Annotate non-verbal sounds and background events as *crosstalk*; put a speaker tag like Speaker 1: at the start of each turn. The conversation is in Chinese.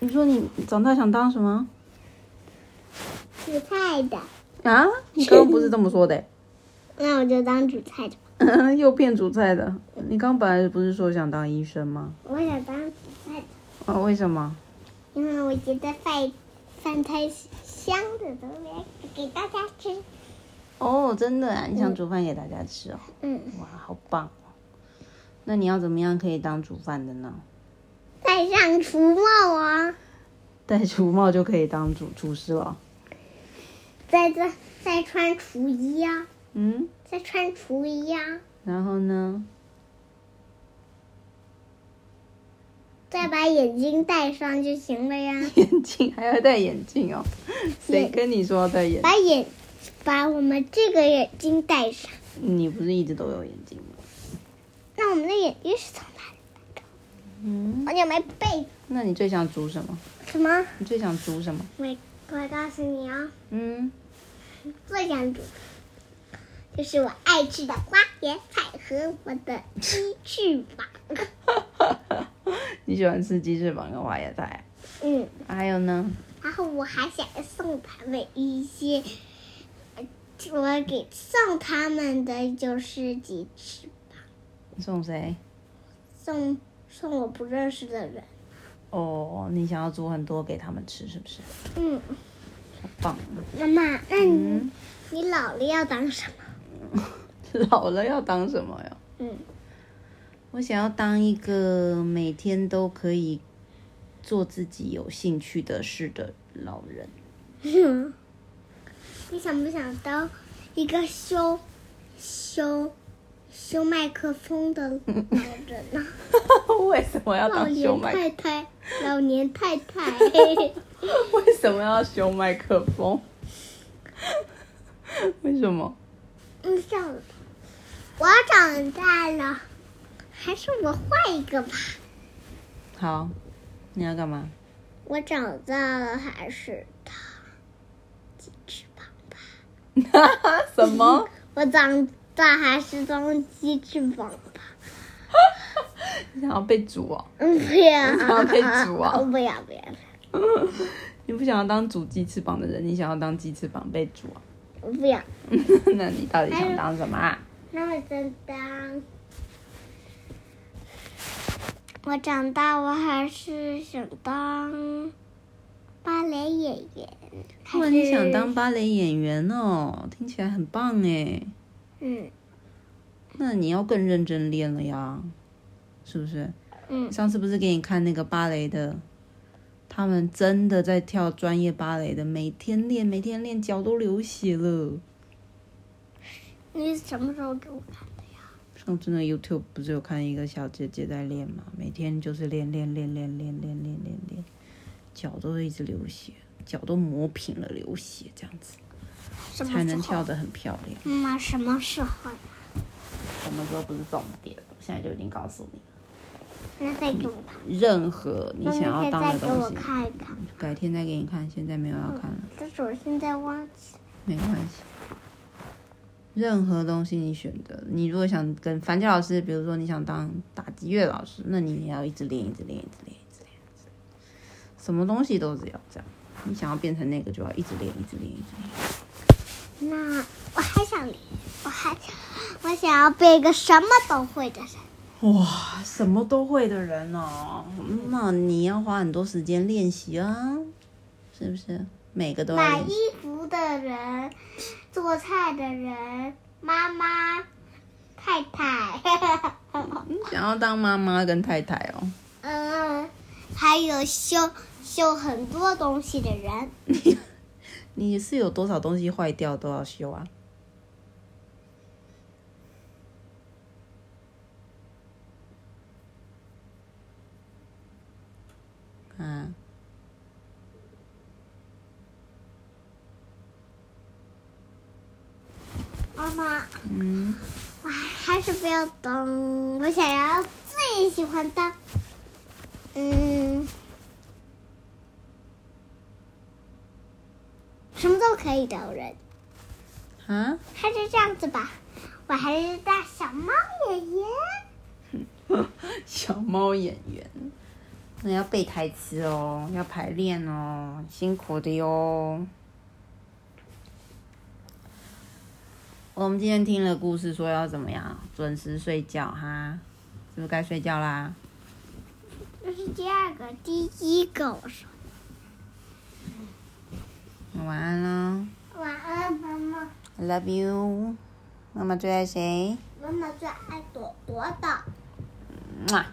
Speaker 1: 你说你长大想当什么
Speaker 2: 煮菜的，
Speaker 1: 啊？你刚刚不是这么说的、
Speaker 2: 那我就当煮菜的吧。
Speaker 1: *laughs* 又骗煮菜的。你刚本来不是说想当医生吗？
Speaker 2: 我想当煮菜的，
Speaker 1: 啊，为什么？
Speaker 2: 因为我觉得饭饭太香的都来给大家吃。
Speaker 1: 哦，真的啊，你想煮饭给大家吃哦？
Speaker 2: 嗯，
Speaker 1: 哇，好棒哦！那你要怎么样可以当煮饭的呢？
Speaker 2: 戴上厨帽啊，
Speaker 1: 戴厨帽就可以当主厨师了。
Speaker 2: 再再再穿厨衣啊，
Speaker 1: 嗯，
Speaker 2: 再穿厨衣啊，
Speaker 1: 然后呢？
Speaker 2: 再把眼镜戴上就行了呀。
Speaker 1: 眼镜还要戴眼镜哦？ *laughs* 谁跟你说要戴眼？
Speaker 2: 把眼，把我们这个眼镜戴上。
Speaker 1: 你不是一直都有眼镜吗？
Speaker 2: 那我们的眼镜是从哪里？
Speaker 1: 嗯，
Speaker 2: 我就没背
Speaker 1: 那你最想煮什么？
Speaker 2: 什么？
Speaker 1: 你最想煮什么？
Speaker 2: 我我告诉你啊、哦，
Speaker 1: 嗯，
Speaker 2: 最想煮就是我爱吃的花椰菜和我的鸡翅膀。
Speaker 1: *laughs* 你喜欢吃鸡翅膀跟花椰菜，
Speaker 2: 嗯，
Speaker 1: 还有呢？
Speaker 2: 然后我还想送他们一些，呃我给送他们的就是鸡翅，
Speaker 1: 送谁？
Speaker 2: 送送我不认识的人。
Speaker 1: 哦，你想要煮很多给他们吃，是不是？
Speaker 2: 嗯，
Speaker 1: 好棒！啊
Speaker 2: 妈妈，那你、你老了要当什么？
Speaker 1: *laughs* 老了要当什么呀？
Speaker 2: 嗯，
Speaker 1: 我想要当一个每天都可以做自己有兴趣的事的老人。
Speaker 2: *laughs* 你想不想当一个修修修麦克风的老人呢？
Speaker 1: *laughs* 为什 *laughs* 么要
Speaker 2: 老
Speaker 1: 当修
Speaker 2: 年
Speaker 1: 麦？
Speaker 2: 太
Speaker 1: *laughs*
Speaker 2: 太，老年太太，
Speaker 1: 为什么要修麦克风？ *laughs* 为什么？
Speaker 2: 嗯，算了，我要长大了，还是我换一个吧。
Speaker 1: 好，你要干嘛？
Speaker 2: 我长大了，还是他鸡翅膀吧。
Speaker 1: *laughs* 什么？
Speaker 2: 我长大还是当鸡翅膀吧。
Speaker 1: 你想要被煮哦？
Speaker 2: 嗯，不要，
Speaker 1: 想要被
Speaker 2: *laughs*
Speaker 1: 煮 *laughs* 啊
Speaker 2: 不要，不要，
Speaker 1: 你不想要当煮鸡翅膀的人，你想要当鸡翅膀被煮啊？ *laughs*
Speaker 2: 不要。
Speaker 1: 那你到底想当什么、啊？
Speaker 2: 那我长大，我长大，我还是想当芭蕾演员。哎
Speaker 1: 哇，你想当？芭蕾演员哦？听起来很棒哎。
Speaker 2: 嗯
Speaker 1: 那你要更认真练了呀，是不是？
Speaker 2: 嗯
Speaker 1: 上次不是给你看那个芭蕾的，他们真的在跳专业芭蕾的，每天练，每天练，脚都流血了。
Speaker 2: 你什么时候给我看的呀？
Speaker 1: 上次那 YouTube 不是有看一个小姐姐在练嘛，每天就是练练练练练练练练练，脚都一直流血，脚都磨平了流血，这样子
Speaker 2: 什么
Speaker 1: 才能
Speaker 2: 时候
Speaker 1: 跳？得很漂亮。
Speaker 2: 妈妈什么时候呀？
Speaker 1: 什么都不是重点，我现在就已经告诉你，
Speaker 2: 那再给我看。
Speaker 1: 任何你
Speaker 2: 那
Speaker 1: 想要
Speaker 2: 你
Speaker 1: 当
Speaker 2: 再
Speaker 1: 的
Speaker 2: 给
Speaker 1: 东
Speaker 2: 我
Speaker 1: 西，
Speaker 2: 看一看。
Speaker 1: 改天再给你看，现在没有要看了。
Speaker 2: 但是我现在忘记了。
Speaker 1: 没关系。任何东西你选择，你如果想跟樊教老师，比如说你想当打击乐老师，那你也要一直练，一直练，一直练，一直练，一直练什么东西都是要这样。你想要变成那个，就要一直练，一直练，一直练。
Speaker 2: 那我还想练，我还想，我想要变一个什么都会的人。
Speaker 1: 哇，什么都会的人哦，那你要花很多时间练习啊，是不是？每个都要
Speaker 2: 买
Speaker 1: 练习。
Speaker 2: 衣服的人，做菜的人，妈妈、太太， *laughs*
Speaker 1: 你想要当妈妈跟太太哦，
Speaker 2: 嗯，还有修修很多东西的人，
Speaker 1: 你是有多少东西坏掉都要修啊？嗯，
Speaker 2: 妈妈，
Speaker 1: 嗯，
Speaker 2: 我还是不要当，我想要最喜欢当，嗯，什么都可以的人，
Speaker 1: 啊， *laughs*
Speaker 2: 还是这样子吧，我还是当小猫爷爷。
Speaker 1: 小猫演员，那要背台词哦，要排练哦，辛苦的哟。我们今天听了故事，说要怎么样准时睡觉哈，是不是该睡觉啦？
Speaker 2: 这是第二个，第一个我说
Speaker 1: 那晚安啦
Speaker 2: 晚安，妈妈。
Speaker 1: ，I love you，妈妈最爱谁？
Speaker 2: 妈妈最爱朵朵的。
Speaker 1: 嘛。